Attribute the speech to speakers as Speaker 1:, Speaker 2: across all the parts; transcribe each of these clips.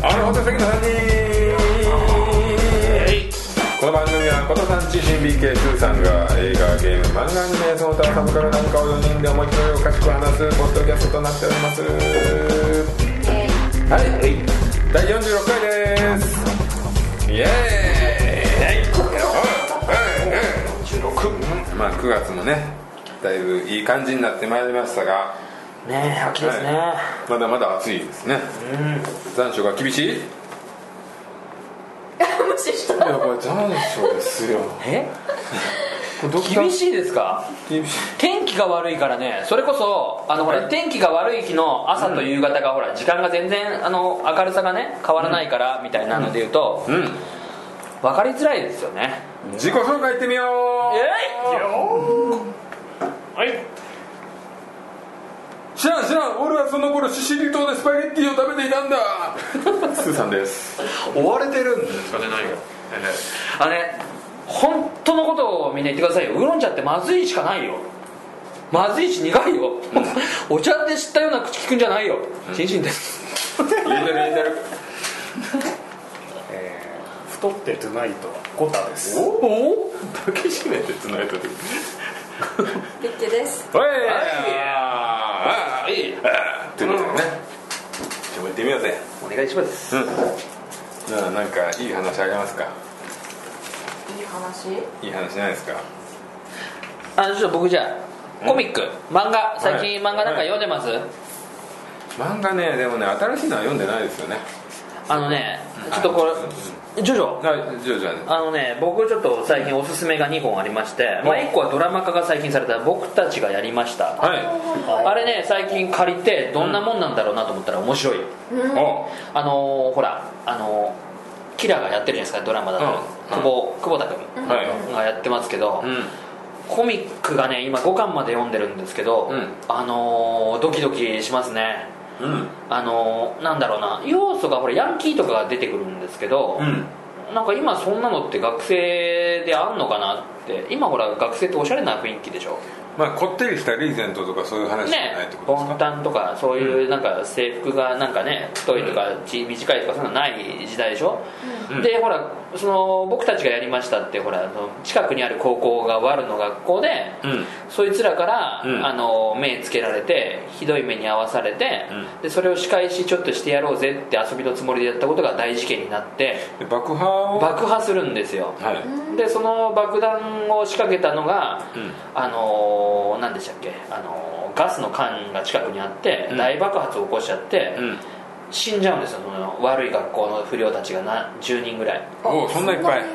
Speaker 1: あの本関の3人この番組はことさんち CBK スーさんが映画ゲーム漫画アニメその他サブカルなんかを4人で思いっきり賢く話すポッドキャストとなっておりますはい第46回ですイエーイまあ9月もねだいぶいい感じになってまいりましたが
Speaker 2: ねえ秋ですね、
Speaker 1: はいまだまだ暑いですね、残暑が厳しいい
Speaker 3: 無視した
Speaker 1: やこれ残暑ですよ
Speaker 2: え厳
Speaker 1: 厳
Speaker 2: しいですか
Speaker 1: 厳しい
Speaker 2: 天気が悪いからねそれこそあの、ほら
Speaker 1: はい
Speaker 2: 天気が悪い日の朝と夕方が、ほら時間が全然あの明るさがね変わらないから、みたいなので言うと、
Speaker 1: うん
Speaker 2: 分かりづらいですよね
Speaker 1: 自己紹介いってみよう
Speaker 2: はい
Speaker 1: 知らん知らん俺はその頃シシリ島でスパゲッティを食べていた んだスーさんです
Speaker 4: 追われてるんですかね何か、
Speaker 2: あのね本当のことをみんな言ってくださいよウーロン茶ってまずいしかないよまずいし苦いよ、 お茶で知ったような口利くんじゃないよ、チンチン です
Speaker 1: 言えてる言えてる
Speaker 4: えー太ってトゥナイトはコタです
Speaker 1: おお抱きしめてつないとる
Speaker 3: リッケです
Speaker 1: おいあーあーいいあーということでねでも行ってみようぜ
Speaker 2: お願いします
Speaker 1: じゃあなんかいい話ありますか
Speaker 3: いい話
Speaker 1: いい話ないですか
Speaker 2: あのちょっと僕じゃあコミック漫画最近
Speaker 1: はい
Speaker 2: 漫画なんか読んでます、
Speaker 1: 漫画ねでもね新しいのは読んでないですよね
Speaker 2: あのねちょっとこれジョジョ
Speaker 1: はい徐々に
Speaker 2: あのね僕ちょっと最近おすすめが2本ありまして、まあ、1個はドラマ化が最近された「僕たちがやりました」
Speaker 1: は
Speaker 2: あれね最近借りてどんなもんなんだろうなと思ったら面白い
Speaker 1: いお
Speaker 2: あのーほらあのーキラがやってるじゃないですかドラマだと、
Speaker 1: うん
Speaker 2: 久保久保田君
Speaker 1: はい
Speaker 2: がやってますけど、
Speaker 1: うん
Speaker 2: コミックがね今5巻まで読んでるんですけど、
Speaker 1: うん
Speaker 2: あのードキドキしますね
Speaker 1: うん
Speaker 2: あのーなんだろうな要素がほらヤンキーとかが出てくるんですけど、
Speaker 1: うん
Speaker 2: なんか今そんなのって学生であんのかなって今ほら学生っておしゃれな雰囲気でしょ
Speaker 1: まあこってりしたリーゼントとかそういう話じゃ
Speaker 2: ね
Speaker 1: ないってことです
Speaker 2: ボ
Speaker 1: か
Speaker 2: ンタンとかそういうなんか制服がなんかね太いとかち短いとかそういうのない時代でしょ、
Speaker 1: うん
Speaker 2: でほらその僕たちがやりましたってほらあの近くにある高校がワルの学校で、
Speaker 1: うん
Speaker 2: そいつらから、
Speaker 1: うん
Speaker 2: あの目つけられてひどい目に遭わされて、
Speaker 1: うん
Speaker 2: でそれを仕返しちょっとしてやろうぜって遊びのつもりでやったことが大事件になって
Speaker 1: で爆破を
Speaker 2: 爆破するんですよ
Speaker 1: はい
Speaker 2: でその爆弾を仕掛けたのが、
Speaker 1: うん
Speaker 2: あのー何でしたっけ、あのーガスの缶が近くにあって、
Speaker 1: うん
Speaker 2: 大爆発を起こしちゃって、
Speaker 1: うん
Speaker 2: 死んじゃうんですよその悪い学校の不良たちがな10人ぐらい
Speaker 1: おおそんないっぱい
Speaker 2: うん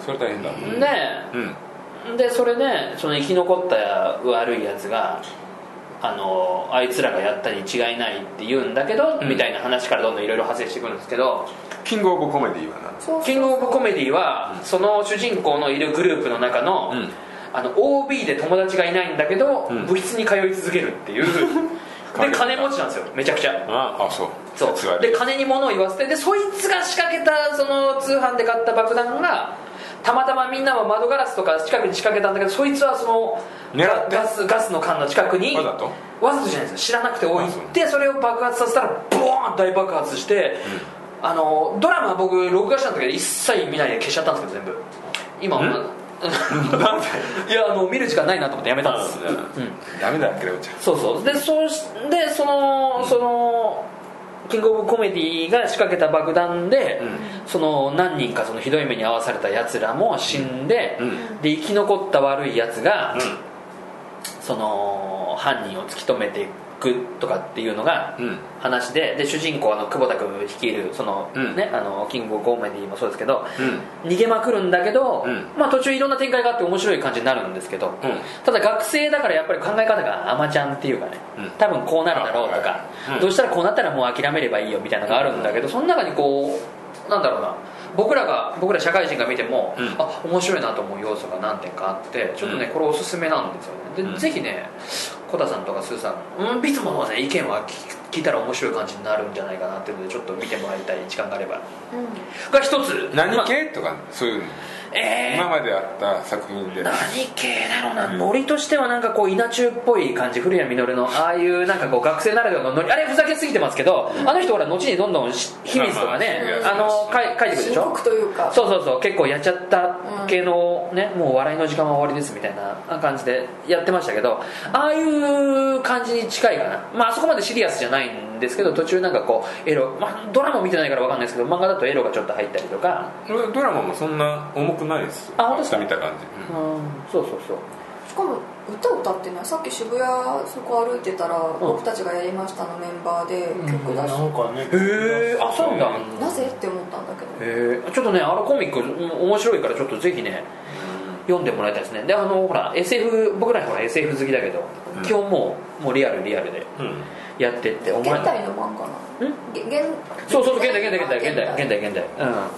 Speaker 1: それ大変だうん
Speaker 2: で
Speaker 1: うん
Speaker 2: でそれでその生き残った悪いやつがあのーあいつらがやったに違いないって言うんだけど、
Speaker 1: うん
Speaker 2: みたいな話からどんどんいろいろ派生してくるんですけど
Speaker 1: キングオブコメディはな
Speaker 3: そう
Speaker 2: キングオブコメディはその主人公のいるグループの中の,、
Speaker 1: うん
Speaker 2: あの OB で友達がいないんだけど、
Speaker 1: うん
Speaker 2: 部室に通い続けるっ ていうで金持ちなんですよめちゃくちゃ
Speaker 1: ああそう
Speaker 2: そ
Speaker 1: つわ
Speaker 2: う
Speaker 1: り
Speaker 2: で金に物を言わせてでそいつが仕掛けたその通販で買った爆弾がたまたまみんなは窓ガラスとか近くに仕掛けたんだけどそいつはその
Speaker 1: 狙って
Speaker 2: ガガスガスの缶の近くに
Speaker 1: わざと
Speaker 2: わざとじゃないですよ知らなくて多い
Speaker 1: あそう
Speaker 2: でそれを爆発させたらボーン大爆発して、あのドラマ僕録画したんだけど一切見ないで消しちゃったんですけど全部今も いやあの見る時間ないなと思ってやめたんです、うん、
Speaker 1: ダメだクレオちゃん
Speaker 2: そうそうでそうしでそのそのキングオブコメディが仕掛けた爆弾で、その何人かそのひどい目に遭わされたやつらも死んで、
Speaker 1: うん
Speaker 2: で生き残った悪いやつが、
Speaker 1: うん
Speaker 2: その犯人を突き止めていくとかっていうのが
Speaker 1: うん
Speaker 2: 話で,、で主人公あの久保田君率いるその、
Speaker 1: うん
Speaker 2: ね、あのキングオブコメディもそうですけど、
Speaker 1: うん
Speaker 2: 逃げまくるんだけど、
Speaker 1: うん
Speaker 2: まあ、途中いろんな展開があって面白い感じになるんですけど、
Speaker 1: うん
Speaker 2: ただ学生だからやっぱり考え方がアマちゃんっていうかね、
Speaker 1: うん
Speaker 2: 多分こうなるだろうとか、
Speaker 1: あはい
Speaker 2: どうしたらこうなったらもう諦めればいいよみたいなのがあるんだけど、その中にこうなんだろうな僕らが僕ら社会人が見ても、
Speaker 1: うん
Speaker 2: あ面白いなと思う要素が何点かあってちょっとね、
Speaker 1: うん
Speaker 2: これおすすめなんですよねで、
Speaker 1: うん
Speaker 2: ぜひねコタさんとかスーさん、うん、いつものね意見は聞聞いたら面白い感じになるんじゃないかなっていうのでちょっと見てもらいたい時間があれば
Speaker 3: うん
Speaker 2: が一つ
Speaker 1: 何
Speaker 2: まあ
Speaker 1: 系とかそういうの
Speaker 2: え
Speaker 1: 今ま
Speaker 2: ー
Speaker 1: であった作品で
Speaker 2: 何系だろうなノリとしてはなんかこう稲中っぽい感じ古谷実のああいうなんかこう学生ならではのノリあれふざけすぎてますけど、あの人ほら後にどんどんし秘密とかね、
Speaker 1: まあ
Speaker 2: あ
Speaker 1: まあ
Speaker 2: のかい書いてくるで
Speaker 3: 深
Speaker 2: しょ
Speaker 3: 刻というか
Speaker 2: そうそうそう結構やっちゃった系のね、もう笑いの時間は終わりですみたいな感じでやってましたけどああいう感じに近いかなまああそこまでシリアスじゃないんですけど途中なんかこうエロ、まあ、ドラマ見てないから分かんないですけど漫画だとエロがちょっと入ったりとか
Speaker 1: ドラマもそんな重くないですよ
Speaker 2: あ本当ですか
Speaker 1: 明日見た感じ、
Speaker 2: うんそうそうそう
Speaker 3: しかも歌歌ってないさっき渋谷そこ歩いてたら、僕たちがやりましたのメンバーで曲
Speaker 4: な
Speaker 3: 出し、
Speaker 4: んかね
Speaker 2: へえあそうなんだ
Speaker 3: なぜって思ったんだけど、
Speaker 2: へえちょっとねあのコミックうん面白いからちょっとぜひね読んでもらいたいですねであのほら SF 僕らほら SF 好きだけど、
Speaker 1: うん
Speaker 2: 基本もうもうリアルリアルで
Speaker 1: うん
Speaker 2: やってってお前
Speaker 3: 現代の漫画なのげ現
Speaker 2: そうそうそう現代現代現代現代現代現代うんあ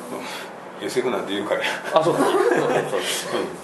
Speaker 1: SF なんて言うから
Speaker 2: そうそうそうそうそう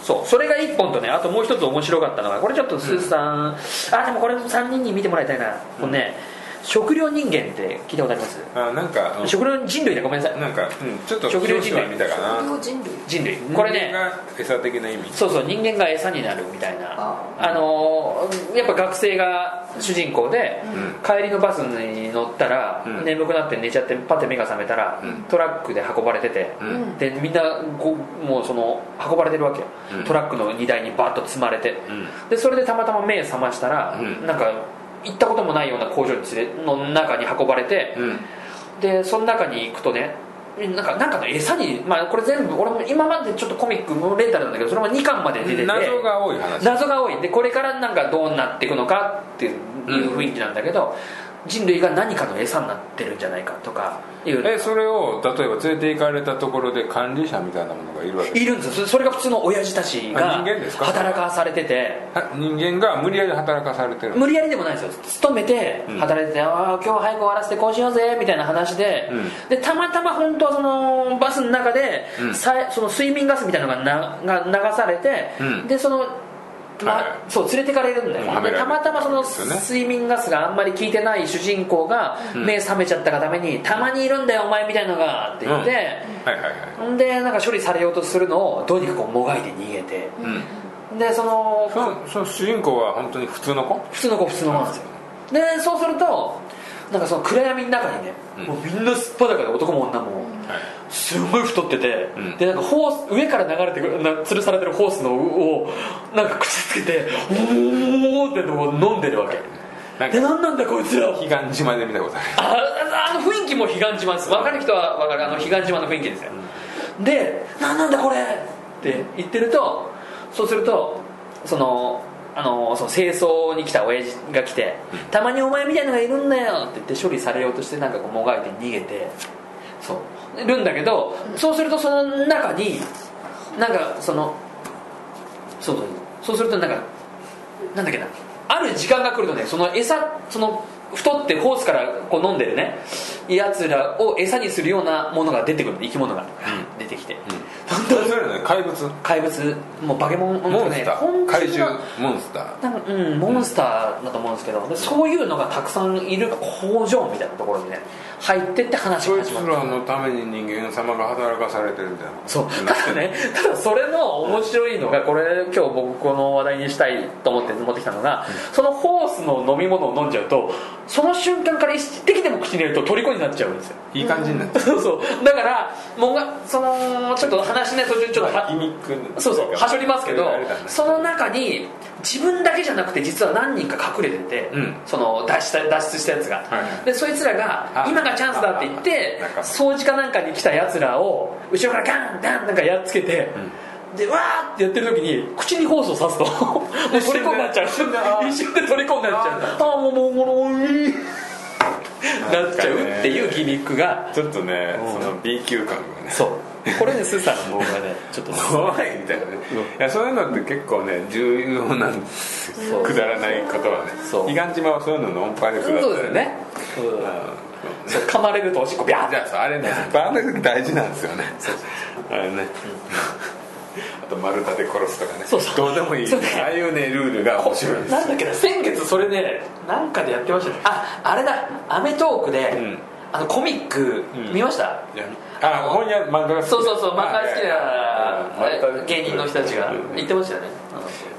Speaker 2: そうそれが一本とねあともう一つ面白かったのがこれちょっとスーさん、あでもこれ3人に見てもらいたいな、このね食料人間って聞いたことあります、
Speaker 1: あなんか、うん
Speaker 2: 食料人類だごめんなさい
Speaker 1: なんか、うん、ちょっと
Speaker 2: 食料人類
Speaker 1: 見たかな
Speaker 3: 代人類
Speaker 2: 人類これね
Speaker 1: 人間が餌的な意味
Speaker 2: そうそう人間が餌になるみたいな
Speaker 3: あ
Speaker 2: あのーやっぱ学生が主人公で、
Speaker 1: ん
Speaker 2: 帰りのバスに乗ったら、
Speaker 1: うん
Speaker 2: 眠くなって寝ちゃってパッて目が覚めたら、
Speaker 1: うん
Speaker 2: トラックで運ばれてて、
Speaker 1: う
Speaker 3: うんん
Speaker 2: でみんなこうもうその運ばれてるわけよ、
Speaker 1: うん
Speaker 2: トラックの荷台にバーッと積まれて、
Speaker 1: うん
Speaker 2: でそれでたまたま目覚ましたら、
Speaker 1: うん
Speaker 2: なんか行ったこともないような工場に連れの中に運ばれて、
Speaker 1: うん
Speaker 2: でその中に行くとねなんかなんかの餌に、まあ、これ全部俺も今までちょっとコミックもレンタルなんだけどそれも2巻まで出てて
Speaker 1: 謎が多い話
Speaker 2: 謎が多いでこれからなんかどうなっていくのかっていう雰囲気なんだけど、人類が何かの餌になってるんじゃないかとかいう
Speaker 1: えそれを例えば連れて行かれたところで管理者みたいなものがいるわけ
Speaker 2: いるんですよそそれが普通の親父たち
Speaker 1: あ
Speaker 2: が
Speaker 1: 人間ですか
Speaker 2: 働かされてて
Speaker 1: は人間が無理やり働かされてる
Speaker 2: 無理やりでもないんですよ勤めて
Speaker 1: うん
Speaker 2: 働いてて、ああ今日は早く終わらせてこうしようぜみたいな話で,、
Speaker 1: うん
Speaker 2: でたまたま本当はそのバスの中で、
Speaker 1: うん
Speaker 2: さその睡眠ガスみたいなのがなが流されて、
Speaker 1: うん
Speaker 2: でその、ま
Speaker 1: はい
Speaker 2: そう連れてかれるんだ
Speaker 1: もうは
Speaker 2: よ
Speaker 1: め
Speaker 2: で
Speaker 1: られ
Speaker 2: た
Speaker 1: る
Speaker 2: またまその
Speaker 1: ですよね
Speaker 2: 睡眠ガスがあんまり効いてない主人公が
Speaker 1: うん
Speaker 2: 目覚めちゃったがために「たまにいるんだよお前みたいのが」って言って。
Speaker 1: はいはいはい
Speaker 2: んでなんか処理されようとするのをどうにかこうもがいて逃げて
Speaker 1: うん
Speaker 2: でその
Speaker 1: そのその主人公は本当に普通の子
Speaker 2: 普通の子普通の子なんですよでそうするとなんかその暗闇の中にね、
Speaker 1: うん
Speaker 2: もうみんなすっぱだかで男も女
Speaker 1: は
Speaker 2: も
Speaker 1: い
Speaker 2: すごい太ってて、
Speaker 1: うん
Speaker 2: でなんかホース上から流れてくるな吊るされてるホースのをなんか口つけて「おお!」ってのを飲んでるわけ
Speaker 1: なん
Speaker 2: で
Speaker 1: か
Speaker 2: 何なんだこいつら
Speaker 1: 彼岸島で見たことある
Speaker 2: ああの雰囲気も彼岸島です分かる人は分かるあの彼岸島の雰囲気ですよ、で「何なんだこれ!」って言ってるとそうするとそのあのその清掃に来た親父が来て「たまにお前みたいのがいるんだよ」って言って処理されようとしてなんかこうもがいて逃げてそういるんだけどそうするとその中になんかそのそうそうそうするとなんかなんだっけなある時間が来るとねその餌その太ってホースからこう飲んでるねやつらを餌にするようなものが出てくるの生き物が、出てきて、なんだ
Speaker 1: それはね怪物
Speaker 2: 怪物もう化け物
Speaker 1: モンスター怪
Speaker 2: 獣
Speaker 1: 獣モンスター
Speaker 2: なんかうん、モンスターだと思うんですけど、でそういうのがたくさんいる工場みたいなところにね入ってって話
Speaker 1: そ
Speaker 2: が
Speaker 1: い
Speaker 2: 始
Speaker 1: つ
Speaker 2: まる
Speaker 1: らのために人間様が働かされてるみたいな
Speaker 2: そうただねただそれの面白いのがこれ今日僕この話題にしたいと思って持ってきたのがそのホースの飲み物を飲んじゃうとその瞬間から一滴でも口に入れると虜になっちゃうんですよ
Speaker 1: いい感じになっちゃう
Speaker 2: そうそうだからもうがそのちょっと話ね途中ちょっとは
Speaker 1: ギミックに
Speaker 2: そうそうはしょりますけど
Speaker 1: あれだね
Speaker 2: その中に自分だけじゃなくて実は何人か隠れてて、
Speaker 1: うん
Speaker 2: その脱出した脱出したやつが、
Speaker 1: はい
Speaker 2: でそいつらが
Speaker 1: あ
Speaker 2: 今がチャンスだって言って
Speaker 1: あなんか
Speaker 2: 掃除かなんかに来たやつらを後ろからガンガンなんかやっつけて、でわーってやってる時に口にホースを刺すと もう取り込んなっちゃう
Speaker 1: 一瞬であー
Speaker 2: 一瞬で取り込んなっちゃう
Speaker 1: あ
Speaker 2: ああもうもうもうもういいなっちゃうってい
Speaker 1: なん
Speaker 2: う
Speaker 1: か
Speaker 2: ギミックが
Speaker 1: ちょっとね
Speaker 2: うん
Speaker 1: その B 級感がね
Speaker 2: そうこれねスーさんの動画ねちょっと
Speaker 1: 怖いみたいなねいやそういうのって結構ね重要なんです
Speaker 2: そ
Speaker 1: よ
Speaker 2: う
Speaker 1: くだらないことはね
Speaker 2: そう
Speaker 1: 彼岸島はそういうののオンパレスだった
Speaker 2: そうですよね、そう噛まれるとおしっこビャー
Speaker 1: じゃあさあれねバーナー大事なんですよねあれねあと丸太で殺すとかね
Speaker 2: そうそう
Speaker 1: どうでもいい
Speaker 2: そうね
Speaker 1: ああいうねルールが面白いんです
Speaker 2: なんだっけな先月それねなんかでやってましたねああれだ『アメトーークで』
Speaker 1: うん
Speaker 2: あのコミック
Speaker 1: うん
Speaker 2: 見ました、
Speaker 1: いやあ本屋漫画が好き
Speaker 2: そうそうそう漫画好きな
Speaker 1: 毎回
Speaker 2: え芸人の人たちが言ってましたよね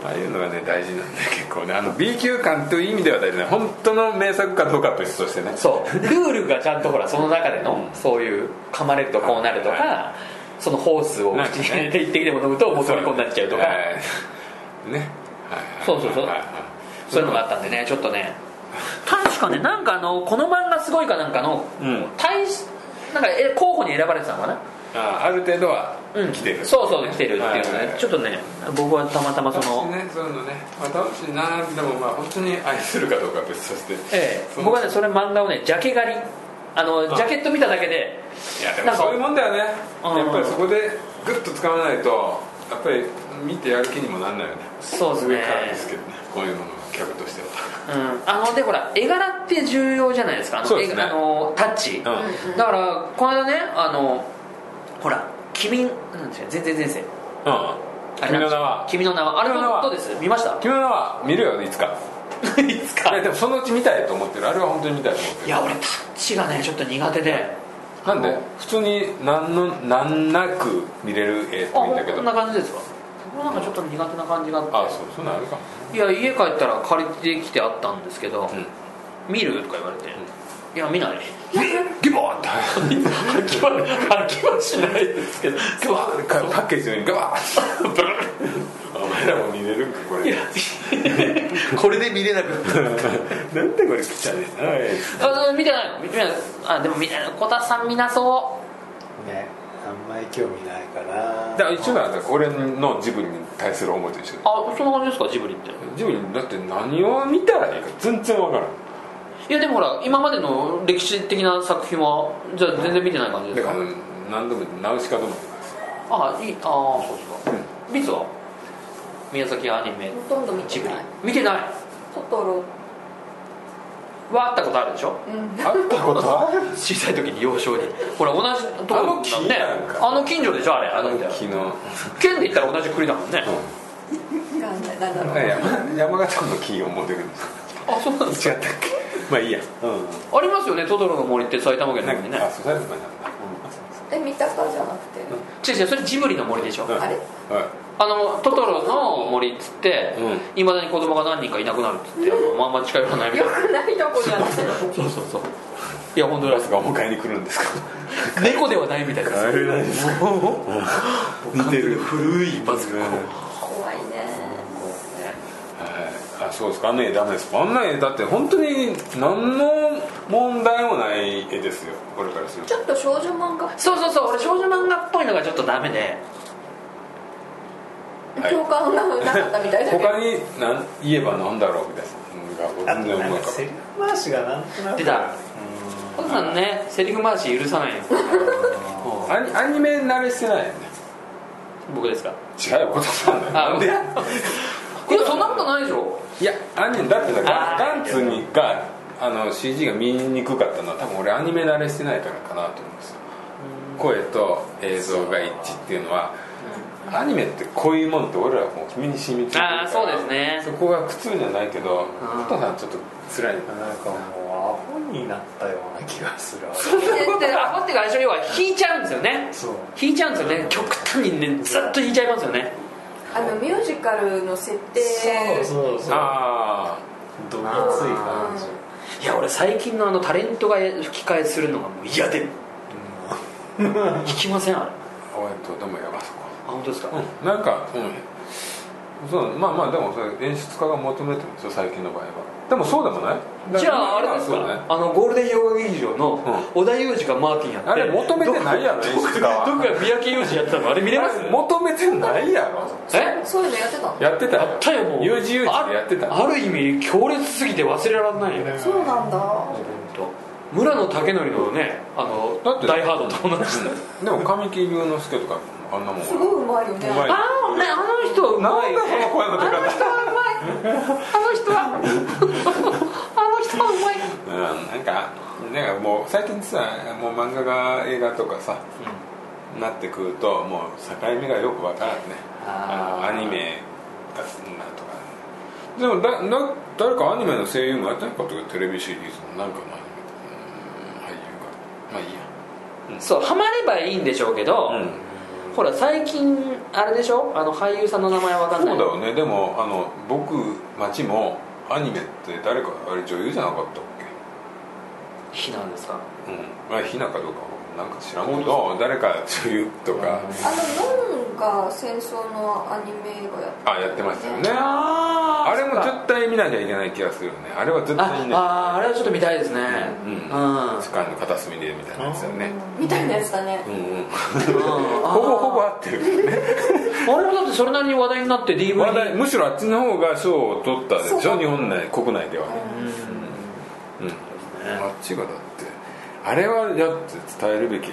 Speaker 1: ああいうのがね大事なんで 結構ねあの B 級感という意味では大事な本当の名作かどうかは別としてね
Speaker 2: そうルールがちゃんとほらその中でのそういう噛まれるとこうなると
Speaker 1: はい
Speaker 2: かそのホースを口に入れて一滴でも飲むともう虜になっちゃうとか
Speaker 1: えー ねはいはい
Speaker 2: そうそうそう
Speaker 1: はいはい
Speaker 2: そういうのがあったんでねちょっとね確かねなんかあのこの漫画すごいかなんかの
Speaker 1: うん
Speaker 2: 大しなんかえ候補に選ばれてたのかな
Speaker 1: ああある程度は
Speaker 2: うん
Speaker 1: 来てる、
Speaker 2: そうそう来てるっていうの
Speaker 1: はいはい
Speaker 2: ね
Speaker 1: はい
Speaker 2: ちょっとね僕はたまたまそ
Speaker 1: 楽しい
Speaker 2: の
Speaker 1: ねそういうのね、まあ、楽しいなでもまあ本当に愛するかどうかは別として
Speaker 2: ええ
Speaker 1: その
Speaker 2: 僕はねそれ漫画をねジャケ狩りあのジャケット見ただけで
Speaker 1: いやで
Speaker 2: な
Speaker 1: も
Speaker 2: んか
Speaker 1: そういうもんだよね
Speaker 2: うん
Speaker 1: やっぱりそこでグッと掴まないとやっぱり見てやる気にもなんないよね
Speaker 2: そうですね
Speaker 1: 上からですけどねこういうものが客としては
Speaker 2: うん、あのでほら絵柄って重要じゃないですかあの
Speaker 1: そうですね
Speaker 2: 絵あのタッチ、だ
Speaker 1: う
Speaker 2: からこの間ねあのほら「君なんですよ全然前世」
Speaker 1: ん、
Speaker 2: あれ
Speaker 1: 君
Speaker 2: なん
Speaker 1: の名
Speaker 2: ですよ
Speaker 1: は
Speaker 2: 君の名はあれ
Speaker 1: 君の名
Speaker 2: は
Speaker 1: は
Speaker 2: どうです見ました
Speaker 1: 君の名は見るよいつか
Speaker 2: いつ
Speaker 1: いやでもそのうち見たいと思ってるあれは本当に見たいと思ってる
Speaker 2: いや俺タッチがねちょっと苦手で
Speaker 1: なんで普通に何の難なく見れる絵って
Speaker 2: あ
Speaker 1: 言うん
Speaker 2: こ
Speaker 1: だけど
Speaker 2: んな感じですか僕なんかちょっと苦手な感じがあって
Speaker 1: あそうそうなるか
Speaker 2: いや家帰ったら借りてきてあったんですけど「
Speaker 1: ん
Speaker 2: 見る?」とか言われて「いや見ない」
Speaker 1: ギボーンって
Speaker 2: 飽きは飽きはしないですけど
Speaker 1: ガバーンってパッケージの上にガバーンってお前らも見れるんかこれ
Speaker 2: これで見れなくなった
Speaker 1: なんでこれ来ちゃうね
Speaker 2: あ見てないの見てないのあでも見てないの小田さん見なそ
Speaker 4: ねあんまり興味ないかな
Speaker 1: だから一緒なんだよ俺のジブリに対する思いと一緒
Speaker 2: うあそんな感じですかジブリって
Speaker 1: ジブリだって何を見たらいいか全然わからん
Speaker 2: いやでもほら今までの歴史的な作品はじゃあ全然見てない感じで
Speaker 1: だか
Speaker 2: すから
Speaker 1: 何度もナウシカと思ってます
Speaker 2: あいいああそうですか、ビーツは宮崎アニメ
Speaker 3: ほとんど見
Speaker 2: ジブ
Speaker 3: て
Speaker 2: リ
Speaker 3: ない
Speaker 2: 見てない
Speaker 3: トトロ
Speaker 2: はあったことあるでしょ
Speaker 3: うん
Speaker 1: あったことある
Speaker 2: 小さい時に幼少にほら同じとこ
Speaker 1: あの木
Speaker 2: ね
Speaker 1: なんか
Speaker 2: あの近所でしょあれあの
Speaker 1: 昨日
Speaker 2: 県で言ったら同じ国だもんね、
Speaker 3: わかんないなんだろう
Speaker 1: 山山形の木を持ってくるんです
Speaker 2: あそうなんです
Speaker 1: 違ったっけまあいいやうん
Speaker 2: ありますよねトトロの森って埼玉県
Speaker 1: な
Speaker 2: の
Speaker 1: ん
Speaker 2: 森ね
Speaker 1: かあそうなんだ
Speaker 3: え三鷹じゃなくて
Speaker 2: 違う違うそれジブリの森でしょ、
Speaker 1: うん
Speaker 3: あれ
Speaker 1: は
Speaker 2: あのトトロの森っつって
Speaker 1: うん
Speaker 2: いま、未だに子供が何人かいなくなるっつってあのまんま近寄らないみ
Speaker 3: よ
Speaker 2: たいな
Speaker 3: くないとこじ ゃない
Speaker 2: そうそうそういや本当
Speaker 1: い
Speaker 2: だ
Speaker 1: バスがお迎えに来るんですか
Speaker 2: 猫ではないみたいです
Speaker 1: れないですか似てる古いバスが
Speaker 3: 怖いね
Speaker 1: はいあそうですかあの絵ダメですかあんな絵だって本当に何の問題もない絵ですよこれからする
Speaker 3: ち
Speaker 1: と
Speaker 3: ょっと少女漫画
Speaker 2: そうそうそう俺少女漫画っぽいのがちょっとダメで
Speaker 1: はい
Speaker 3: 共感がなかったみたいだけど
Speaker 1: 他に何言えば何だろうみたいな
Speaker 4: あ
Speaker 1: のが全
Speaker 4: と
Speaker 1: 然
Speaker 4: なん
Speaker 1: 思い浮か
Speaker 4: か
Speaker 1: ば
Speaker 4: セ
Speaker 1: ない
Speaker 4: リフ回しがなんとなく
Speaker 2: 出た
Speaker 4: う
Speaker 2: トトさんねセリフ回し許さないんですよ
Speaker 4: ん
Speaker 1: アニアニメ慣れしてないよね
Speaker 2: 僕ですか
Speaker 1: 違うよことさんだよなんで
Speaker 2: いやそんなことないで しょ
Speaker 1: いやアニメだってだから
Speaker 2: あー
Speaker 1: ガンツにがあの CG が見にくかったのは多分俺アニメ慣れしてないからかなと思うんですよ声と映像が一致っていうのはアニメってこういうもんって俺らはもう身に染みついてるから
Speaker 2: ああそうですね
Speaker 1: そこが苦痛じゃないけど
Speaker 2: うん
Speaker 1: 加藤さんちょっと辛いの
Speaker 4: なんかもうアホになったような気がする
Speaker 2: でアホっていうか最初要は引いちゃうんですよね
Speaker 4: そう
Speaker 2: 引いちゃうんですよね極端にねずっと引いちゃいますよね
Speaker 3: あのミュージカルの設定
Speaker 4: そうそうそう
Speaker 1: あ
Speaker 4: どぎつい感じ
Speaker 2: いや俺最近のあのタレントが吹き替えするのがもう嫌で 引きませんあれ
Speaker 1: あ俺とでもやばそう
Speaker 2: あ本当ですか、
Speaker 1: うんなんかうんそうまあまあでもそれ演出家が求めてるんですよ最近の場合はでもそうでもない
Speaker 2: じゃああれです
Speaker 1: そ
Speaker 2: か、
Speaker 1: うだね
Speaker 2: あのゴールデン洋画劇場の織田裕二がマーティンやって
Speaker 1: あれ求めてないやろ演出家は
Speaker 2: どっか三宅裕二やってたのあれ見れます
Speaker 1: あれ求めてないやろ
Speaker 2: え
Speaker 3: そういうのやってたの
Speaker 1: やってた
Speaker 2: やったよもう
Speaker 1: 友人友人でやってた
Speaker 2: あある意味強烈すぎて忘れられないよね
Speaker 3: そうなんだ
Speaker 2: 本当村野武則のねあの
Speaker 1: だって
Speaker 2: ダイハードと同じだ
Speaker 1: でも神木隆之介とかあんなもん
Speaker 3: すごいうまいよね
Speaker 1: うまい
Speaker 2: あのねあの人はうまい
Speaker 1: なん
Speaker 2: ね
Speaker 1: だその声の出方
Speaker 2: あの人はうまいあの人はあの人はうまい
Speaker 1: うんなんかなんかもう最近さもう漫画が映画とかさ、なってくるともう境目がよくわからんね
Speaker 2: あー
Speaker 1: あのアニメだなとかでもだな誰かアニメの声優もやってなかったけどテレビシリーズのなんかのアニメうん俳優がまあいいや
Speaker 2: そうハマればいいんでしょうけど、
Speaker 1: うん
Speaker 2: ほら最近あれでしょあの俳優さんの名前わかん
Speaker 1: そ
Speaker 2: ないう
Speaker 1: だよねでもあの僕町もアニメって誰かあれ女優じゃなかったっ
Speaker 2: ひなんですか
Speaker 1: けうんまあひなかどうかはなんか知らんけど誰か女優とか
Speaker 3: あのノンが戦争のアニメがやって
Speaker 1: あやってましたよね
Speaker 2: あ
Speaker 1: あれも絶対見なきゃいけない気がするよねあれは絶
Speaker 2: あ
Speaker 1: 対にね
Speaker 2: あーあれはちょっと見たいですね
Speaker 1: う
Speaker 2: うんん、
Speaker 1: うん
Speaker 2: うんあ
Speaker 1: 時間の片隅でみたいなやつだよね
Speaker 3: みたいなやつだね
Speaker 1: う、んうん
Speaker 2: ー
Speaker 1: ほぼほぼ合ってるよね
Speaker 2: あれもだってそれなりに話題になって DVD
Speaker 1: 話題むしろあっちの方が賞を取ったでし
Speaker 3: そ
Speaker 1: ょ
Speaker 3: う
Speaker 1: 日本内国内ではね
Speaker 3: うん
Speaker 1: うんあっちがだってあれはだって伝えるべき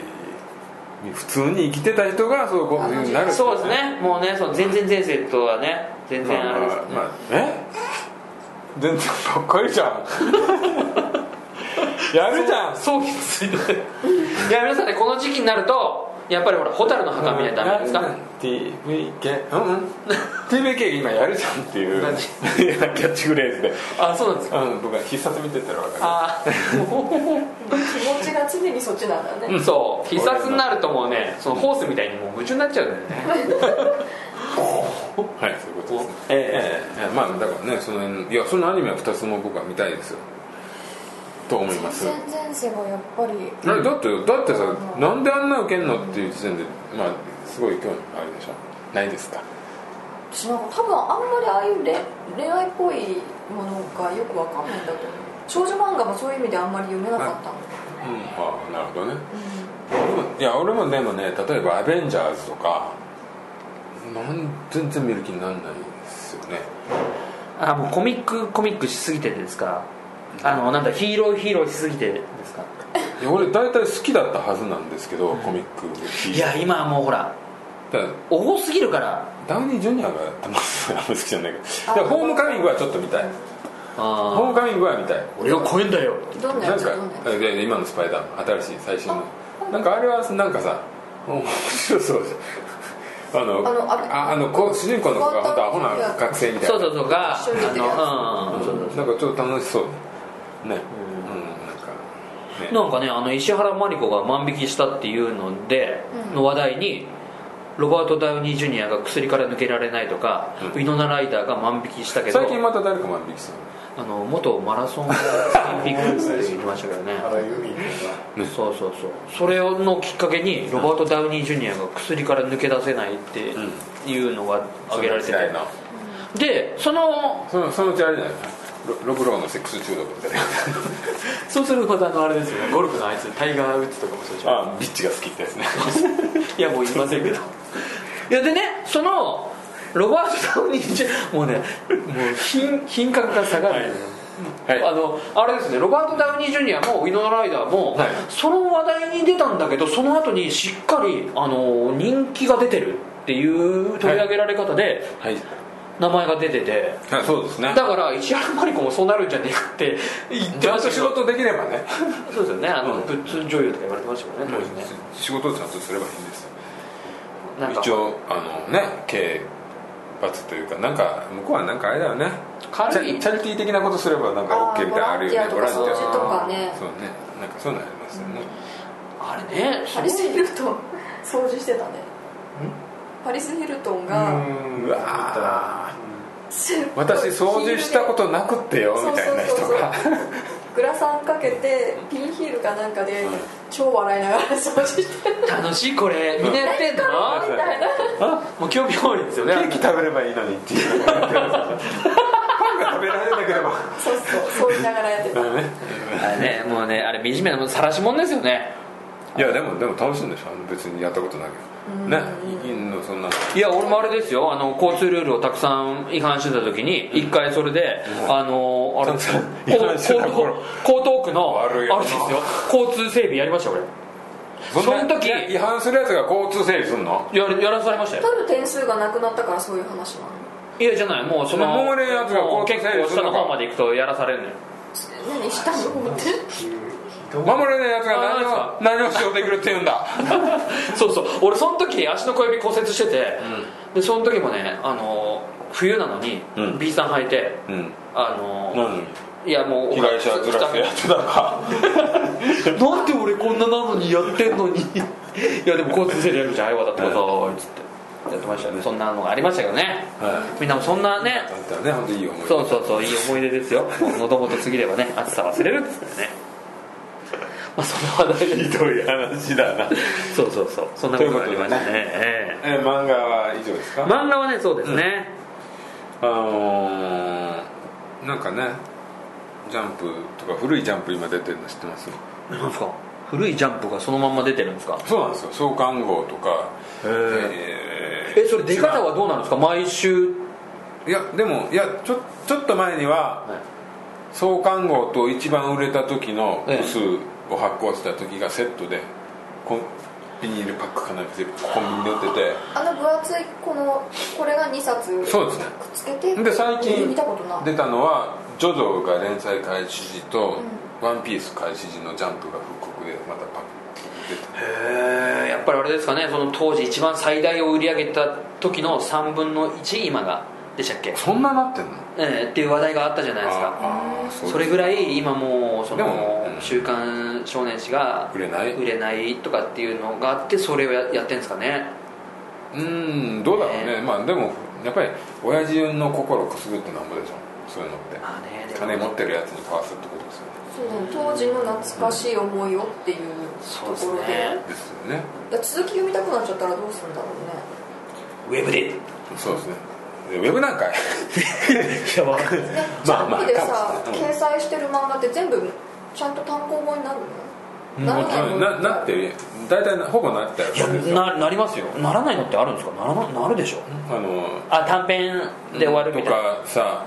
Speaker 1: 普通に生きてた人がそうこういうふうになるってい
Speaker 2: そうですねもうねその全然前世とはね全然あれですよね、
Speaker 1: まあまあまあえ全然かっこいいじ ゃんやるじゃん
Speaker 2: そうですねいや皆さんねこの時期になるとやっぱりほら蛍の墓見ないとダメですか
Speaker 1: TVK うんうん TVK 今やるじゃんっていう
Speaker 2: 何
Speaker 1: いやキャッチフレーズで、う
Speaker 2: あそうなんですか
Speaker 1: ん、僕は必殺見てたら分か
Speaker 2: あー
Speaker 3: 気持ちが常にそっちなんだね、
Speaker 2: そう必殺になるともうねそのホースみたいにもう夢中になっちゃうんだよね
Speaker 1: るはいそういうことですね
Speaker 2: え
Speaker 1: ええまあだからねその辺いやそのアニメは2つとも僕は見たいですよと思います
Speaker 3: 戦前世がやっぱり
Speaker 1: だだってだってさなんであんな受けんのっていう時点でまあすごい興味あるでしょないですか
Speaker 3: 私なんか多分あんまりああいう恋恋愛っぽいものがよくわかんないんだと思う少女漫画もそういう意味であんまり読めなかった
Speaker 1: う
Speaker 3: の、
Speaker 1: んああなるほどねいや俺もでもね例えば「アベンジャーズ」とかなん全然見る気にならないですよね
Speaker 2: ーあもうコミックコミックしすぎてですかあのなんだヒーローヒーローしすぎてですか
Speaker 1: いや俺大体好きだったはずなんですけどコミック
Speaker 2: いや今はもうほら
Speaker 1: だから
Speaker 2: 多すぎるから
Speaker 1: ダウニー・ジュニアがあんまあんま好きじゃないけど
Speaker 3: あ
Speaker 1: いやホームカミングはちょっと見たいホームカミングは見たい
Speaker 2: 俺を超えんだよ
Speaker 3: うん、どんな
Speaker 1: な
Speaker 3: や
Speaker 1: ん
Speaker 3: つ
Speaker 1: か
Speaker 3: どんなやつ
Speaker 1: いやいや今のスパイダーマン新しい最新のなんかあれはなんかさ面白そうじゃんあの
Speaker 3: あのあれ
Speaker 1: ああのこう主人公の子が本当アホな学生みたいな
Speaker 2: そうそうそうが
Speaker 3: 一緒に出てるやつ
Speaker 2: あのうんそうそう
Speaker 1: なんかちょっと楽しそうねうん、なんかね
Speaker 2: なんかねあの石原真理子が万引きしたっていうので、
Speaker 3: うん
Speaker 2: の話題にロバート・ダウニー・ジュニアが薬から抜けられないとか、
Speaker 1: うん
Speaker 2: イノナ・ライダーが万引きしたけど
Speaker 1: 最近また誰か万引きしてる
Speaker 2: あの元マラソンオリンピックって言ってましたけど ね
Speaker 4: 原由美君
Speaker 2: そうそうそうそれのきっかけにロバート・ダウニー・ジュニアが薬から抜け出せないっていうのが挙げられてて、
Speaker 1: ないな
Speaker 2: でその
Speaker 1: そのそのうちあれじゃないロロブローのセックス中毒みたいな
Speaker 5: そうするとまたあのあれですよねゴルフのあいつタイガー・ウッズとかもそうでしょ
Speaker 1: あビッチが好きってやつね
Speaker 5: いやもういませんけど
Speaker 2: いやでねそのロバート・ダウニー・ジュニアもうねもう品品格が下がる、
Speaker 1: はい
Speaker 2: あのあれですねロバート・ダウニー・ジュニアもウィノラ・ライダーも、
Speaker 1: はい
Speaker 2: その話題に出たんだけどその後にしっかりあの人気が出てるっていう取り上げられ方で
Speaker 1: はい
Speaker 2: 名前が出てて、
Speaker 1: あそうですね
Speaker 2: だから石原真理子もそうなるんじゃねえかって言って
Speaker 1: ちゃ
Speaker 2: ま
Speaker 1: ん
Speaker 2: し
Speaker 1: と
Speaker 2: たけ
Speaker 1: 仕
Speaker 2: ど
Speaker 1: 事できればね
Speaker 2: そうですよねあの、
Speaker 1: うん
Speaker 2: プッツン女優とか言われてましたもんね当時ね、
Speaker 1: 仕事をちゃんとすればいいんですよ
Speaker 2: なんか
Speaker 1: 一応あのね刑罰というかなんか向こうはなんかあれだよねチ
Speaker 2: 軽
Speaker 1: ャ
Speaker 2: い
Speaker 1: チャリティー的なことすればなんか OK みたいなのあるよね
Speaker 3: ボランテ
Speaker 2: ボラン
Speaker 3: ィアとか掃除
Speaker 2: テ
Speaker 3: と
Speaker 2: ィア
Speaker 3: かね
Speaker 1: そうねなんかそういうのありますよね、
Speaker 2: あれね
Speaker 3: パリス・ヒルトン掃除してたねパリス・ヒルトンが
Speaker 1: うわ
Speaker 3: すっごい
Speaker 1: 私掃除したことなくってよみたいな人が
Speaker 3: そうそうそうそうグラサンかけてピンヒールかなんかで超笑いながら掃除してる
Speaker 2: 楽しいこれみんなやってんの
Speaker 3: みたいな
Speaker 2: もう興味多いですよ
Speaker 1: ケ
Speaker 2: ね
Speaker 1: ーキ食べればいいのにっていうパンが食べられなければ
Speaker 3: そうそう掃除ながらやってた
Speaker 2: あれねもうねあれ惨めなもん晒し者ですよね
Speaker 1: いやでもでも楽しいんでしょ別にやったことないけどねいいのそんない
Speaker 2: や俺もあれですよあの交通ルールをたくさん違反してた時に一回それで、あのあ
Speaker 1: た
Speaker 2: れ
Speaker 1: くさん
Speaker 2: 江
Speaker 1: 違反してた
Speaker 2: 東
Speaker 1: 頃
Speaker 2: 江東区のあれ
Speaker 1: 悪い
Speaker 2: です
Speaker 1: よ
Speaker 2: よ
Speaker 1: な
Speaker 2: 交通整備やりましたよ俺そ
Speaker 1: んな
Speaker 2: の時
Speaker 1: 違反するやつが交通整理すんの
Speaker 2: ややらされましたよ
Speaker 3: 取る点数がなくなったからそういう話なの
Speaker 2: いやじゃないもうその
Speaker 1: もう俺やつが
Speaker 2: もう
Speaker 1: 交通
Speaker 2: 結
Speaker 1: 整理
Speaker 2: 構
Speaker 1: する
Speaker 2: 下
Speaker 1: のか
Speaker 2: の方まで行くとやらされるのよ
Speaker 3: 何したのって
Speaker 1: 守れないやつが何
Speaker 2: あ
Speaker 1: を何をしようとできるって言うんだ
Speaker 2: そうそう俺その時足の小指骨折してて、でその時もねあの冬なのに
Speaker 1: うん
Speaker 2: B さん履いて、
Speaker 1: うん
Speaker 2: あの
Speaker 1: 何
Speaker 2: いやもう
Speaker 1: 被害 者ずらしてやってたのか
Speaker 2: なんで俺こんななのにやってんのにいやでも交通整理やるじゃんはい渡ってくださいっつってやってましたよねそんなのがありましたけどね
Speaker 1: は
Speaker 2: みんなもそんなね
Speaker 1: いだったらね本当いい思い
Speaker 2: そうそうそういい思い出ですよもう喉元過ぎればね暑さ忘れるっつってねまあそんな話題で
Speaker 1: ひどい話だな
Speaker 2: そうそうそうそんなことがありましたね
Speaker 1: ということで
Speaker 2: ええ
Speaker 1: え漫画は以上ですか
Speaker 2: 漫画はねそうですね、
Speaker 1: あのーなんかねジャンプとか古いジャンプ今出てるの知ってます
Speaker 2: なんですか古いジャンプがそのまんま出てるんですか
Speaker 1: そうなんですよ創刊号とかえ
Speaker 2: えそれ出方はどうなんですか毎週
Speaker 1: ーいやでもいやちょちょっと前には、
Speaker 2: はい
Speaker 1: 創刊号と一番売れた時の
Speaker 2: ええ
Speaker 1: 部数を発行した時がセットでコンビニールパックかなんか全部コンビニで売ってて
Speaker 3: あの分厚いこのこれが2冊くっ
Speaker 1: そうですね
Speaker 3: つけて
Speaker 1: で最
Speaker 3: 見
Speaker 1: 近
Speaker 3: たことない
Speaker 1: 出たのは「ジョジョ」が連載開始時と「ワンピース開始時の「ジャンプ」が復刻でまたパック出た
Speaker 2: へえやっぱりあれですかねその当時一番最大を売り上げた時の3分の1今がでしたっけ、
Speaker 1: そんななってんの
Speaker 2: ええっていう話題があったじゃないですか
Speaker 1: あーあーう
Speaker 2: それぐらい今もうそ
Speaker 1: でも
Speaker 2: の「週刊少年誌」が
Speaker 1: 売れない
Speaker 2: 売れないとかっていうのがあってそれをややってんですかね
Speaker 1: うんどうだろうね
Speaker 2: ね
Speaker 1: まあでもやっぱり親父の心くすぐってなんぼでしょそういうのって
Speaker 2: まあねでも
Speaker 1: 金持ってるやつに買わすってことですよね
Speaker 3: そうだね当時の懐かしい思いをっていうと
Speaker 2: そうです
Speaker 3: ころで
Speaker 2: ね
Speaker 1: ですよね
Speaker 3: だから続き読みたくなっちゃったらどうするんだろうね
Speaker 2: ウェ ブで
Speaker 1: そうですねでウェブなんかいまあまあ多分ねうん
Speaker 3: ねジャンプでさ掲載してる漫画って全部ちゃんと単行本になるのならないの
Speaker 1: ななってる大体なほぼなった
Speaker 2: いや
Speaker 1: よ
Speaker 2: ななりますよならないのってあるんですかならななるでしょ
Speaker 1: あの
Speaker 2: あ短編で終わるみたいな、
Speaker 1: とかさ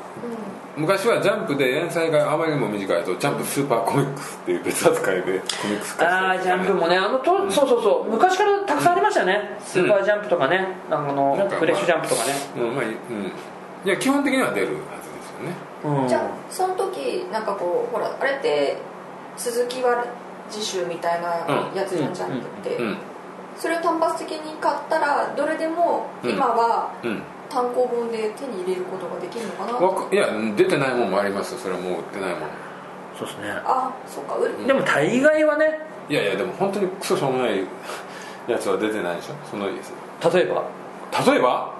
Speaker 3: う
Speaker 1: 昔はジャンプで連載があまりにも短いとジャンプスーパーコミックスっていう別扱いでコミックス化
Speaker 2: ああージャンプ
Speaker 1: も
Speaker 2: もねあのと、そうそうそう昔からたくさんありましたよね、スーパージャンプとかねあの
Speaker 1: なんかまあ
Speaker 2: フレッシュジャンプとかね、
Speaker 1: うんまあいいうんいや基本的には出るはずですよね
Speaker 2: うん
Speaker 3: ん、じゃあその時なんかこうほらあれって続きは次週みたいなやつじゃんじゃなくて、
Speaker 1: うん
Speaker 3: それを単発的に買ったらどれでも
Speaker 1: うん
Speaker 3: 今は
Speaker 1: うん
Speaker 3: 単行本で手に入れることができるのかな、
Speaker 1: わかいや出てないもんもありますよそれはもう売ってないもん
Speaker 2: そうですね
Speaker 3: あそっかうる
Speaker 2: でも大概はね
Speaker 1: いやいやでも本当にクソしょうもないやつは出てないでしょその
Speaker 2: 例えば
Speaker 1: 例えば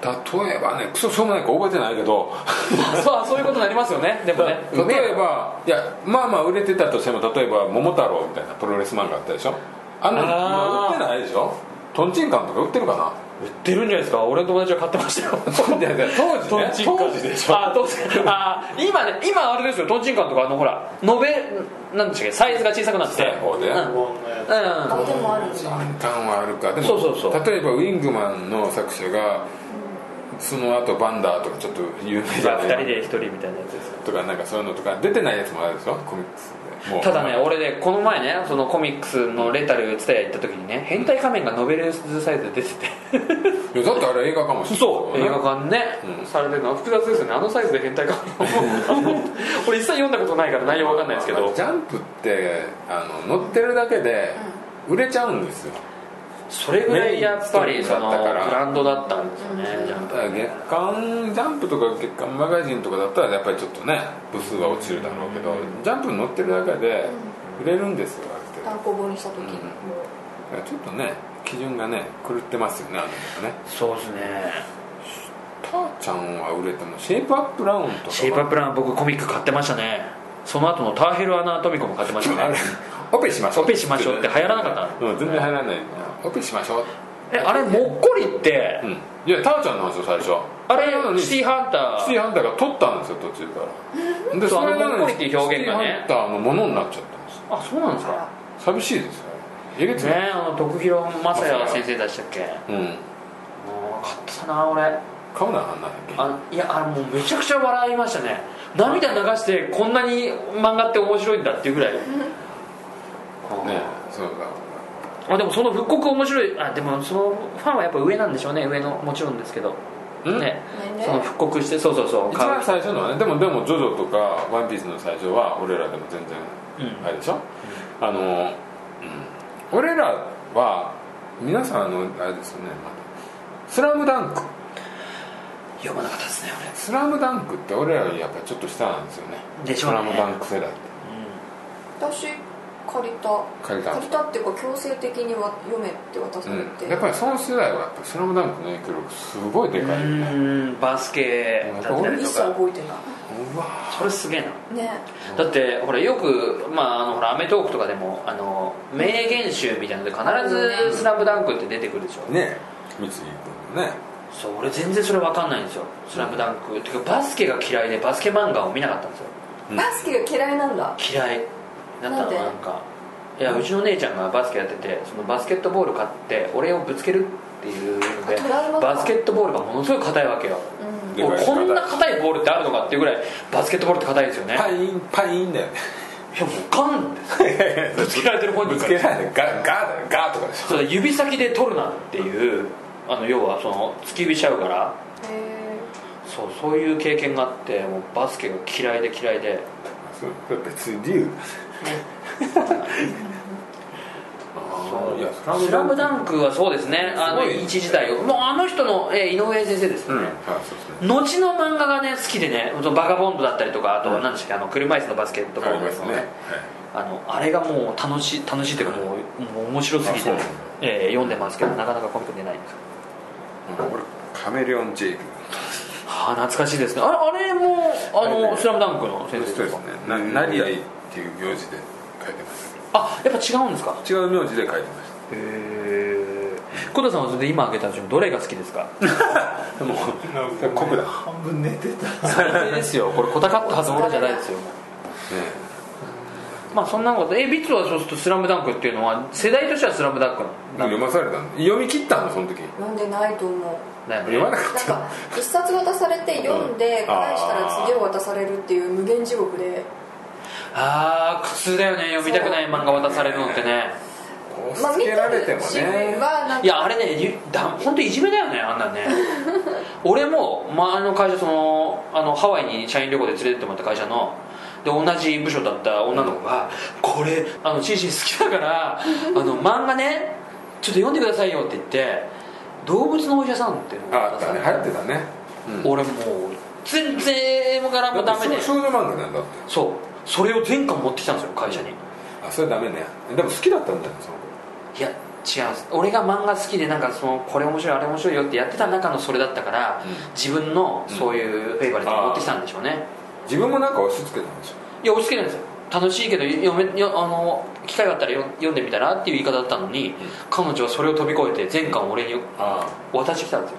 Speaker 1: 例えばねクソしょうもないか覚えてないけど
Speaker 2: そうそういうことになりますよねでもね
Speaker 1: 例えばいやまあまあ売れてたとしても例えば「桃太郎」みたいなプロレス漫画あったでしょあんなの
Speaker 2: あー
Speaker 1: 売ってないでしょとんちんかんとか売ってるかな
Speaker 2: 売ってるんじゃないですか俺の友達は買ってました よ
Speaker 1: いやいや当時ね
Speaker 5: とんちんかん
Speaker 1: 当時でしょ
Speaker 2: あーどうせ あー今ね今あれですよとんちんかんとかあのほら延べなんでしたっけサイズが小さくなって
Speaker 1: 小さい方で
Speaker 2: うん、うん
Speaker 3: あでもあるんだ
Speaker 1: 難関はあるかでも
Speaker 2: そうそうそう
Speaker 1: 例えばウィングマンの作者がその後バンダーとかちょっと有名じゃ
Speaker 2: 2
Speaker 1: な
Speaker 2: 人
Speaker 1: い
Speaker 2: で1人みたいなやつです
Speaker 1: とかなんかそういうのとか出てないやつもあるでしょコミックスでもう
Speaker 2: ただね俺ねこの前ねそのコミックスのレンタルツタヤ行った時にね変態仮面がノベルズサイズで出て
Speaker 1: いやだってあれ映画かもしれな
Speaker 2: て
Speaker 1: い
Speaker 2: そう映画館ね、
Speaker 1: うん
Speaker 2: されてるのは複雑ですよねあのサイズで変態仮 面俺一切読んだことないから内容わかんないですけど、
Speaker 1: まあジャンプってあの乗ってるだけで売れちゃうんですよ
Speaker 2: それぐらいやっぱりその
Speaker 1: メインストーリーだった
Speaker 2: ブ
Speaker 1: から
Speaker 2: ランドだったんですよね、ジャン
Speaker 1: だ
Speaker 2: プ
Speaker 1: から月刊ジャンプとか月刊マガジンとかだったらやっぱりちょっとね部数は落ちるだろうけどジャンプに乗ってるだけで売れるんですよある
Speaker 3: 単行本にした時に、
Speaker 1: うん程
Speaker 3: も
Speaker 1: 度だからちょっとね基準がね狂ってますよねあの人ね
Speaker 2: そうですね
Speaker 1: ターちゃんは売れてもシェイプアップラウンとかは
Speaker 2: シェイプアップラン僕コミック買ってましたねその後のターヘルアナトミコも買ってました
Speaker 1: あ
Speaker 2: ね
Speaker 1: れ オペしましょう
Speaker 2: オペしましょうって流行らなかった
Speaker 1: うん全然流行らないオペしましょう
Speaker 2: えあれもっこりって、
Speaker 1: うんいやターちゃんなんですよ最初
Speaker 2: あれ
Speaker 1: なのに
Speaker 2: シティハンター
Speaker 1: シティハンターが取ったんですよ途中からで
Speaker 2: そう
Speaker 1: れな
Speaker 2: あの
Speaker 1: の
Speaker 2: モ
Speaker 1: に
Speaker 2: ッコリっていう表現がね
Speaker 1: シティハンターのものになっちゃったんですよ
Speaker 2: あそうなんですか
Speaker 1: 寂しいですよえげつ
Speaker 2: ね
Speaker 1: ない、
Speaker 2: えあの徳弘正也先生でしたっけ
Speaker 1: うん
Speaker 2: もう買ったな俺
Speaker 1: 買うなあんなだけ
Speaker 2: あいやあれもうめちゃくちゃ笑いましたね涙流してこんなに漫画って面白いんだっていうぐらい、
Speaker 1: ねそうだ
Speaker 2: あでもその復刻面白いあでもそのファンはやっぱ上なんでしょうね上のもちろんですけど、
Speaker 1: うん
Speaker 2: ね
Speaker 3: うね
Speaker 2: その復刻してそうそうそう
Speaker 1: 一
Speaker 2: 買う
Speaker 1: 番最初のはねでもでも「ジョジョ」とか「ワンピースの最初は俺らでも全然
Speaker 2: うん
Speaker 1: あれでしょ、あの、うん、俺らは皆さんあのあれですよねまたスラムダンク」
Speaker 2: 読まなかったですね
Speaker 1: 「スラムダンクって俺らよりやっぱりちょっと下なんですよね
Speaker 2: 俺でし
Speaker 1: ス
Speaker 2: ょう
Speaker 1: ラ
Speaker 2: ね
Speaker 1: ムダンク世代って
Speaker 3: 私借りた
Speaker 1: 借りた
Speaker 3: 借りたっていうか強制的には読めって渡されて、
Speaker 1: うん、やっぱりその世代はやっぱ「スラムダンクの影響力すごいでかいよね
Speaker 2: んバスケだったり
Speaker 3: 一
Speaker 2: と
Speaker 3: 切
Speaker 2: か
Speaker 3: 覚えてな
Speaker 1: うわ
Speaker 2: それすげえない
Speaker 3: ね
Speaker 2: だってほらよく、まあ、あのほらアメトークとかでもあの名言集みたいなので必ず「スラムダンクって出てくるでしょ、
Speaker 1: ね三井君のね
Speaker 2: そう俺全然それ分かんないんですよ「スラムダンクっていうかバスケが嫌いでバスケ漫画を見なかったんですよ
Speaker 1: うん
Speaker 3: バスケが嫌いなんだ
Speaker 2: 嫌いだった
Speaker 3: な
Speaker 2: の
Speaker 3: んで
Speaker 2: なんかいやうちの姉ちゃんがバスケやっててそのバスケットボール買って俺をぶつけるっていうので
Speaker 3: あトラウマか
Speaker 2: バスケットボールがものすごい硬いわけよ
Speaker 3: うん
Speaker 1: でかいし
Speaker 2: こんな硬いボールってあるのかっていうぐらいバスケットボールって硬いですよね
Speaker 1: パインパインだよね
Speaker 2: いやもうガンぶつけられてる本
Speaker 1: ぶ
Speaker 2: 人
Speaker 1: つ
Speaker 2: か
Speaker 1: け
Speaker 2: ら
Speaker 1: られてガガーだよガーとかでしょ
Speaker 2: そうだ指先で取るなっていうあの要はその突き指しちゃうから
Speaker 3: へ
Speaker 2: そうそういう経験があってもうバスケが嫌いで嫌いで
Speaker 1: そう別に理由ああいや
Speaker 2: 「スラムダンクはそうですねあの
Speaker 1: すごいね
Speaker 2: 一時代をもうあの人の、えー井上先生です
Speaker 1: う
Speaker 2: よ
Speaker 1: ん
Speaker 2: ね、
Speaker 1: あそうですね
Speaker 2: 後の漫画がね好きでねそのバガボンドだったりとかあと
Speaker 1: うん
Speaker 2: 何でしたっけあの車椅子のバスケットボ
Speaker 1: あ
Speaker 2: ー
Speaker 1: り
Speaker 2: ル
Speaker 1: ま
Speaker 2: ですす
Speaker 1: ね
Speaker 2: ねあのあれがもう楽しい楽しいというかもうもう面白すぎて
Speaker 1: あそう、
Speaker 2: えー読んでますけどなかなかコミック出ないんですよ
Speaker 1: うん俺カメレオンジェイク
Speaker 2: はあ懐かしいですねあれあれもあ
Speaker 1: はい
Speaker 2: の
Speaker 1: は
Speaker 2: 「
Speaker 1: い
Speaker 2: スラムダンクの
Speaker 1: そう
Speaker 2: 先
Speaker 1: で
Speaker 2: 生
Speaker 1: す
Speaker 2: で
Speaker 1: ね
Speaker 2: すか
Speaker 1: な成合っていう名字で書いてまし
Speaker 2: あやっぱ違うんですか
Speaker 1: た違う名字で書いてまし
Speaker 2: へえ小田さんはそれで今挙げたうちのどれが好きですか
Speaker 1: た酷だ
Speaker 4: 半分寝てた
Speaker 2: 最低ですよこれ小田カットはず俺じゃないですよ
Speaker 1: ね
Speaker 2: まあそんなことえビッツはそうすると「スラムダンクっていうのは世代としては「スラムダンク
Speaker 1: 読まされたの読み切ったのその時
Speaker 3: え読んでないと思う
Speaker 2: だよ
Speaker 1: 読まな
Speaker 2: ね
Speaker 1: か
Speaker 3: なん
Speaker 1: った
Speaker 3: か一冊渡されて読んで返したら次を渡されるっていう無限地獄で
Speaker 2: ああ苦痛だよね読みたくない漫画渡されるのってね
Speaker 1: 押
Speaker 3: まあ
Speaker 1: し付
Speaker 3: 見
Speaker 1: け
Speaker 3: て
Speaker 1: られても
Speaker 3: る自分
Speaker 1: ね
Speaker 3: はなん
Speaker 2: い
Speaker 3: か
Speaker 2: やあれねゆだ本当いじめだよねあんなんね俺も前の会社そのあのハワイに社員旅行で連れてってもらった会社ので同じ部署だった女の子が「これあのシーシー好きだからあの漫画ねちょっと読んでくださいよ」って言って「動物のお医者さん」っていう
Speaker 1: あ
Speaker 2: のを
Speaker 1: あったね流行ってたねうん
Speaker 2: 俺もう全然絵も柄もダメ
Speaker 1: だっ
Speaker 2: で
Speaker 1: て少女漫画なんだって
Speaker 2: そうそれを全巻持ってきたんですよ会社に
Speaker 1: あそれダメねでも好きだったんだよその
Speaker 2: いや違うんです俺が漫画好きでなんかそのこれ面白いあれ面白いよってやってた中のそれだったから、
Speaker 1: うん
Speaker 2: 自分のそういうフェイバリットを持ってきたんでしょうね、
Speaker 1: 自分もなんか押し付けたんでしょ
Speaker 2: いや押し付けないんですよ楽しいけど読めよあの機会があったらよ読んでみたらっていう言い方だったのに、彼女はそれを飛び越えて全巻を俺に
Speaker 1: あ
Speaker 2: 渡してきたんですよ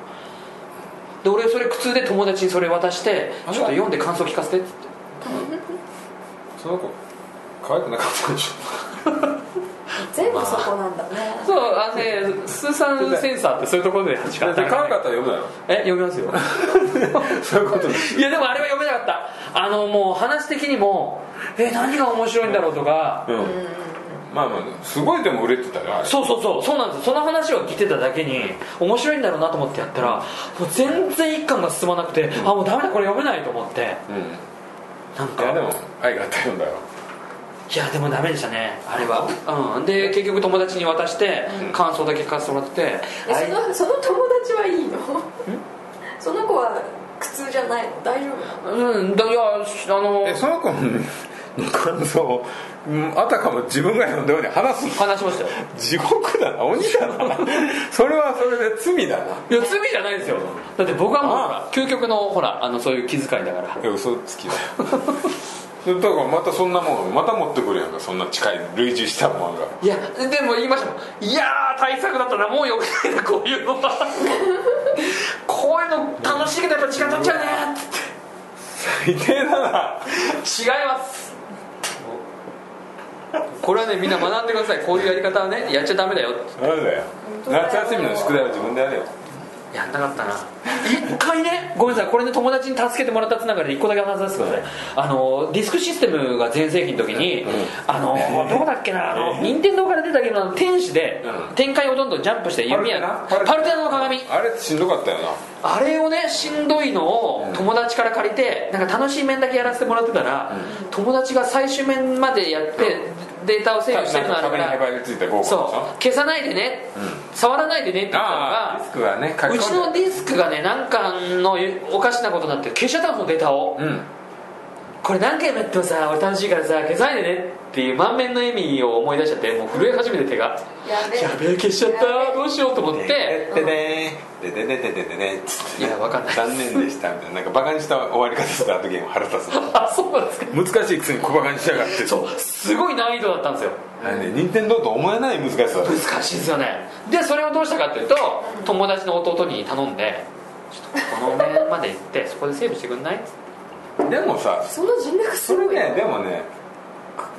Speaker 2: で俺それ苦痛で友達にそれ渡してちょ
Speaker 1: あ
Speaker 2: っと読んで感想聞かせてっつって
Speaker 1: その子可愛くなかったんでし
Speaker 3: 全部そこなんだね
Speaker 2: そうあのねスーさんセンサーってそういうところでし
Speaker 1: ょ
Speaker 2: か
Speaker 1: だって可
Speaker 2: 働
Speaker 1: 愛
Speaker 2: かな
Speaker 1: か
Speaker 2: い
Speaker 1: ったら読むだろ
Speaker 2: え読みますよ
Speaker 1: そういうことです
Speaker 2: いやでもあれは読めなかったあのもう話的にもえ何が面白いんだろうとか
Speaker 1: うんまあまあすごいでも売れてたよあれ
Speaker 2: そうそうそうそうなんですその話を聞いてただけに面白いんだろうなと思ってやったらもう全然一巻が進まなくてあもうダメだこれ読めないと思って
Speaker 1: うん
Speaker 2: なんか
Speaker 1: いやでも愛があった読んだよ
Speaker 2: いやでもダメでしたねあれはうんで結局友達に渡して感想だけ聞かせてもらって
Speaker 3: え
Speaker 2: あい
Speaker 3: そのその友達はいいのその子は苦痛じゃないの大丈夫なの
Speaker 2: うんだいやあの
Speaker 1: えその子の感想うんあたかも自分が読んだように話す
Speaker 2: 話しましたよ
Speaker 1: 地獄だな鬼だなそれはそれで罪だない
Speaker 2: や罪じゃないですよだって僕はもうほら究極のほらあのそういう気遣いだから
Speaker 1: いや嘘つきだよそ れだからまたそんなもんまた持ってくるやんかそんな近い類似したもんが
Speaker 2: いやでも言いましたもんいやー対策だったらもうよくないなこういうのは こういうの楽しいけどやっぱ時間経っちゃうねっつっ
Speaker 1: 最低だな
Speaker 2: て違いますこれはねみんな学んでくださいこういうやり方はねやっちゃダメだよ
Speaker 1: なんだよ
Speaker 3: 当だよ
Speaker 1: 夏休みの宿題は自分でやれよ
Speaker 2: やんなかったな一回ねごめんなさいこれね友達に助けてもらったつながりで一個だけ話させてくださいあのディスクシステムが全盛期の時に、あのどこだっけなあの任天堂から出たゲームの天使で、
Speaker 1: うん
Speaker 2: 展開をどんどんジャンプして弓矢
Speaker 1: パルテナ
Speaker 2: パルテナの鏡
Speaker 1: あれしんどかったよな
Speaker 2: あれをねしんどいのを友達から借りてなんか楽しい面だけやらせてもらってたら、友達が最終面までやって、データを制御してるのあるか
Speaker 1: 壁にへ
Speaker 2: ら
Speaker 1: ばりついたゴーゴーでし
Speaker 2: そう
Speaker 1: ょ
Speaker 2: 消さないでね、触らないでねって言ったの
Speaker 1: ああ
Speaker 2: が
Speaker 1: ディスクはね書き込ん
Speaker 2: う
Speaker 1: で
Speaker 2: ちのディスクがねなんかのおかしなことになって消しちゃったんですよデータを、
Speaker 1: うん
Speaker 2: これ何回もやってもさ俺楽しいからさ消さないでねっていう満面の笑みを思い出しちゃってもう震え始めて手が
Speaker 3: やべえ
Speaker 2: やべえ消しちゃっ
Speaker 3: やべ
Speaker 2: た
Speaker 3: え
Speaker 2: どうしようと思って
Speaker 3: ん
Speaker 1: でねででででででねつってね
Speaker 2: いやわかんない
Speaker 1: 残念でしたみたいななんかバカにした終わり方スタートゲーム腹立つな
Speaker 2: あそうなんですか
Speaker 1: 難しいくせに小バカにしやがって
Speaker 2: そうすごい難易度だったんですよ
Speaker 1: あれね任天堂と思えない難しさだった
Speaker 2: 難しいですよねでそれをどうしたかというと友達の弟に頼んで「ちょっとこの面まで行ってそこでセーブしてくんない?」
Speaker 1: でもさ
Speaker 3: その人脈す
Speaker 1: それ
Speaker 3: ごい
Speaker 1: ねでもね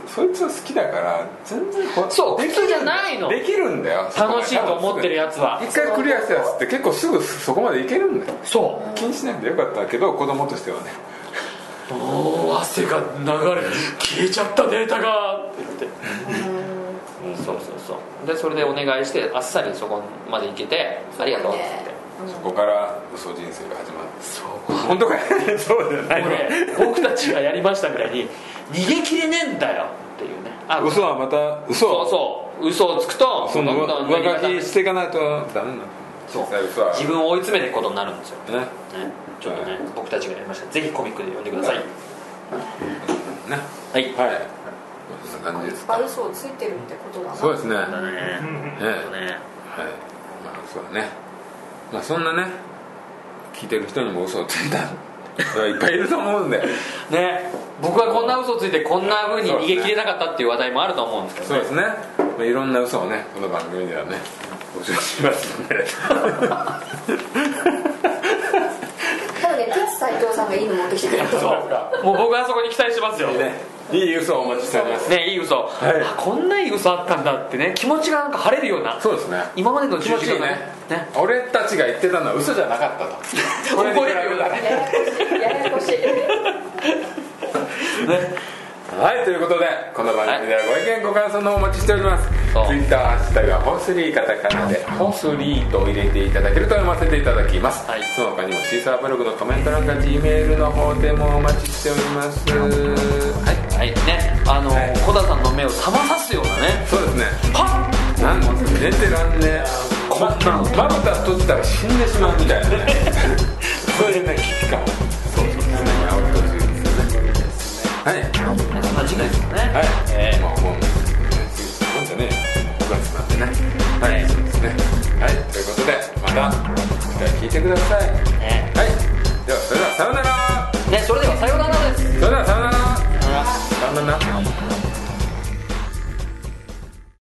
Speaker 1: そいつは好きだから全然こ
Speaker 2: そう
Speaker 1: できる
Speaker 2: 苦じゃないの
Speaker 1: できるんだよ
Speaker 2: 楽しいと思ってるやつは
Speaker 1: 一回クリアしたやつって結構すぐそこまでいけるんだよ
Speaker 2: そ
Speaker 1: 気にしないんでよかったけど子供としてはね
Speaker 2: うおー汗が流れ消えちゃったデータがって言ってそうそうそうでそれでお願いしてあっさりそこまで行けてありがとうっつって
Speaker 1: そこから嘘人生が始まる
Speaker 2: そう
Speaker 1: 本当かい そうじゃないの
Speaker 2: 俺僕たちがやりましたみたいに逃げきれねえんだよっていうねあ
Speaker 1: 嘘はまた嘘
Speaker 2: そうそう嘘をつくと
Speaker 1: その
Speaker 2: どんどん上に上が
Speaker 1: 上
Speaker 2: っ
Speaker 1: 書
Speaker 2: て
Speaker 1: きしていかないとダメなの
Speaker 2: そう
Speaker 1: 実際嘘は
Speaker 2: 自分を追い詰めていくことになるんですよ、ね、
Speaker 1: ね
Speaker 2: ちょっとね、僕たちがやりましたぜひコミックで読んでください、
Speaker 1: ね
Speaker 2: は
Speaker 1: は
Speaker 2: い
Speaker 1: いそんな感じ
Speaker 3: いっ
Speaker 1: です
Speaker 3: ぱ
Speaker 1: か
Speaker 3: い嘘をついてるってことだな
Speaker 1: そうですね
Speaker 2: だね
Speaker 1: ええ
Speaker 2: そうね
Speaker 1: はい、まあそうだねまあそんなね聞いてる人にも嘘をついた人はいっぱいいると思うんで
Speaker 2: ね僕はこんな嘘ついてこんな風に逃げきれなかったっていう話題もあると思うんですけ
Speaker 1: そう
Speaker 2: ど
Speaker 1: ですね、まあ、いろんな嘘をねこの番組ではね募集しますんで
Speaker 3: ただねテツ斎藤さんがいいの持ってきてくれた
Speaker 2: そうもう僕はそこに期待してますよね
Speaker 1: いい嘘をお待ちしております
Speaker 2: いい嘘、
Speaker 1: い
Speaker 2: あこんないい嘘あったんだってね気持ちがなんか晴れるような
Speaker 1: そうですね
Speaker 2: 今までの
Speaker 1: 気持
Speaker 2: 充
Speaker 1: ち
Speaker 2: 実
Speaker 1: いいね
Speaker 2: がね
Speaker 1: 俺たちが言ってたのは嘘じゃなかったと これに比べたら
Speaker 3: ややこしいややこしい
Speaker 2: ね
Speaker 1: はいということでこの番組ではご意見ご感想の方お待ちしております
Speaker 2: そう
Speaker 1: Twitter ハッシュタグはホースリーカタカナでホースリーと入れていただけると読ませていただきます、
Speaker 2: はい
Speaker 1: その他にもシーサーブログのコメント欄か G メールの方でもお待ちしておりますはい
Speaker 2: はいねあの、
Speaker 1: はい
Speaker 2: 小田さんの目を覚まさすようなね
Speaker 1: そうですね
Speaker 2: はっ
Speaker 1: なん寝てらんねえ
Speaker 2: こんなの
Speaker 1: まぶた閉じたら死んでしまうみたいなねそういうね危機感そうそう常に煽ってほしいですねはい
Speaker 2: ねそんな時期ですよね
Speaker 1: はい、
Speaker 2: えー
Speaker 1: まあ、もう、ね、なんじゃねえよ、5月なんてね。はい、そうですね。はい、ということで、また、次回聞いてください。はい、
Speaker 2: ね
Speaker 1: では、それでは、さようなら。
Speaker 2: ねそれではさようならです
Speaker 1: それでは、さようなら。さようなら。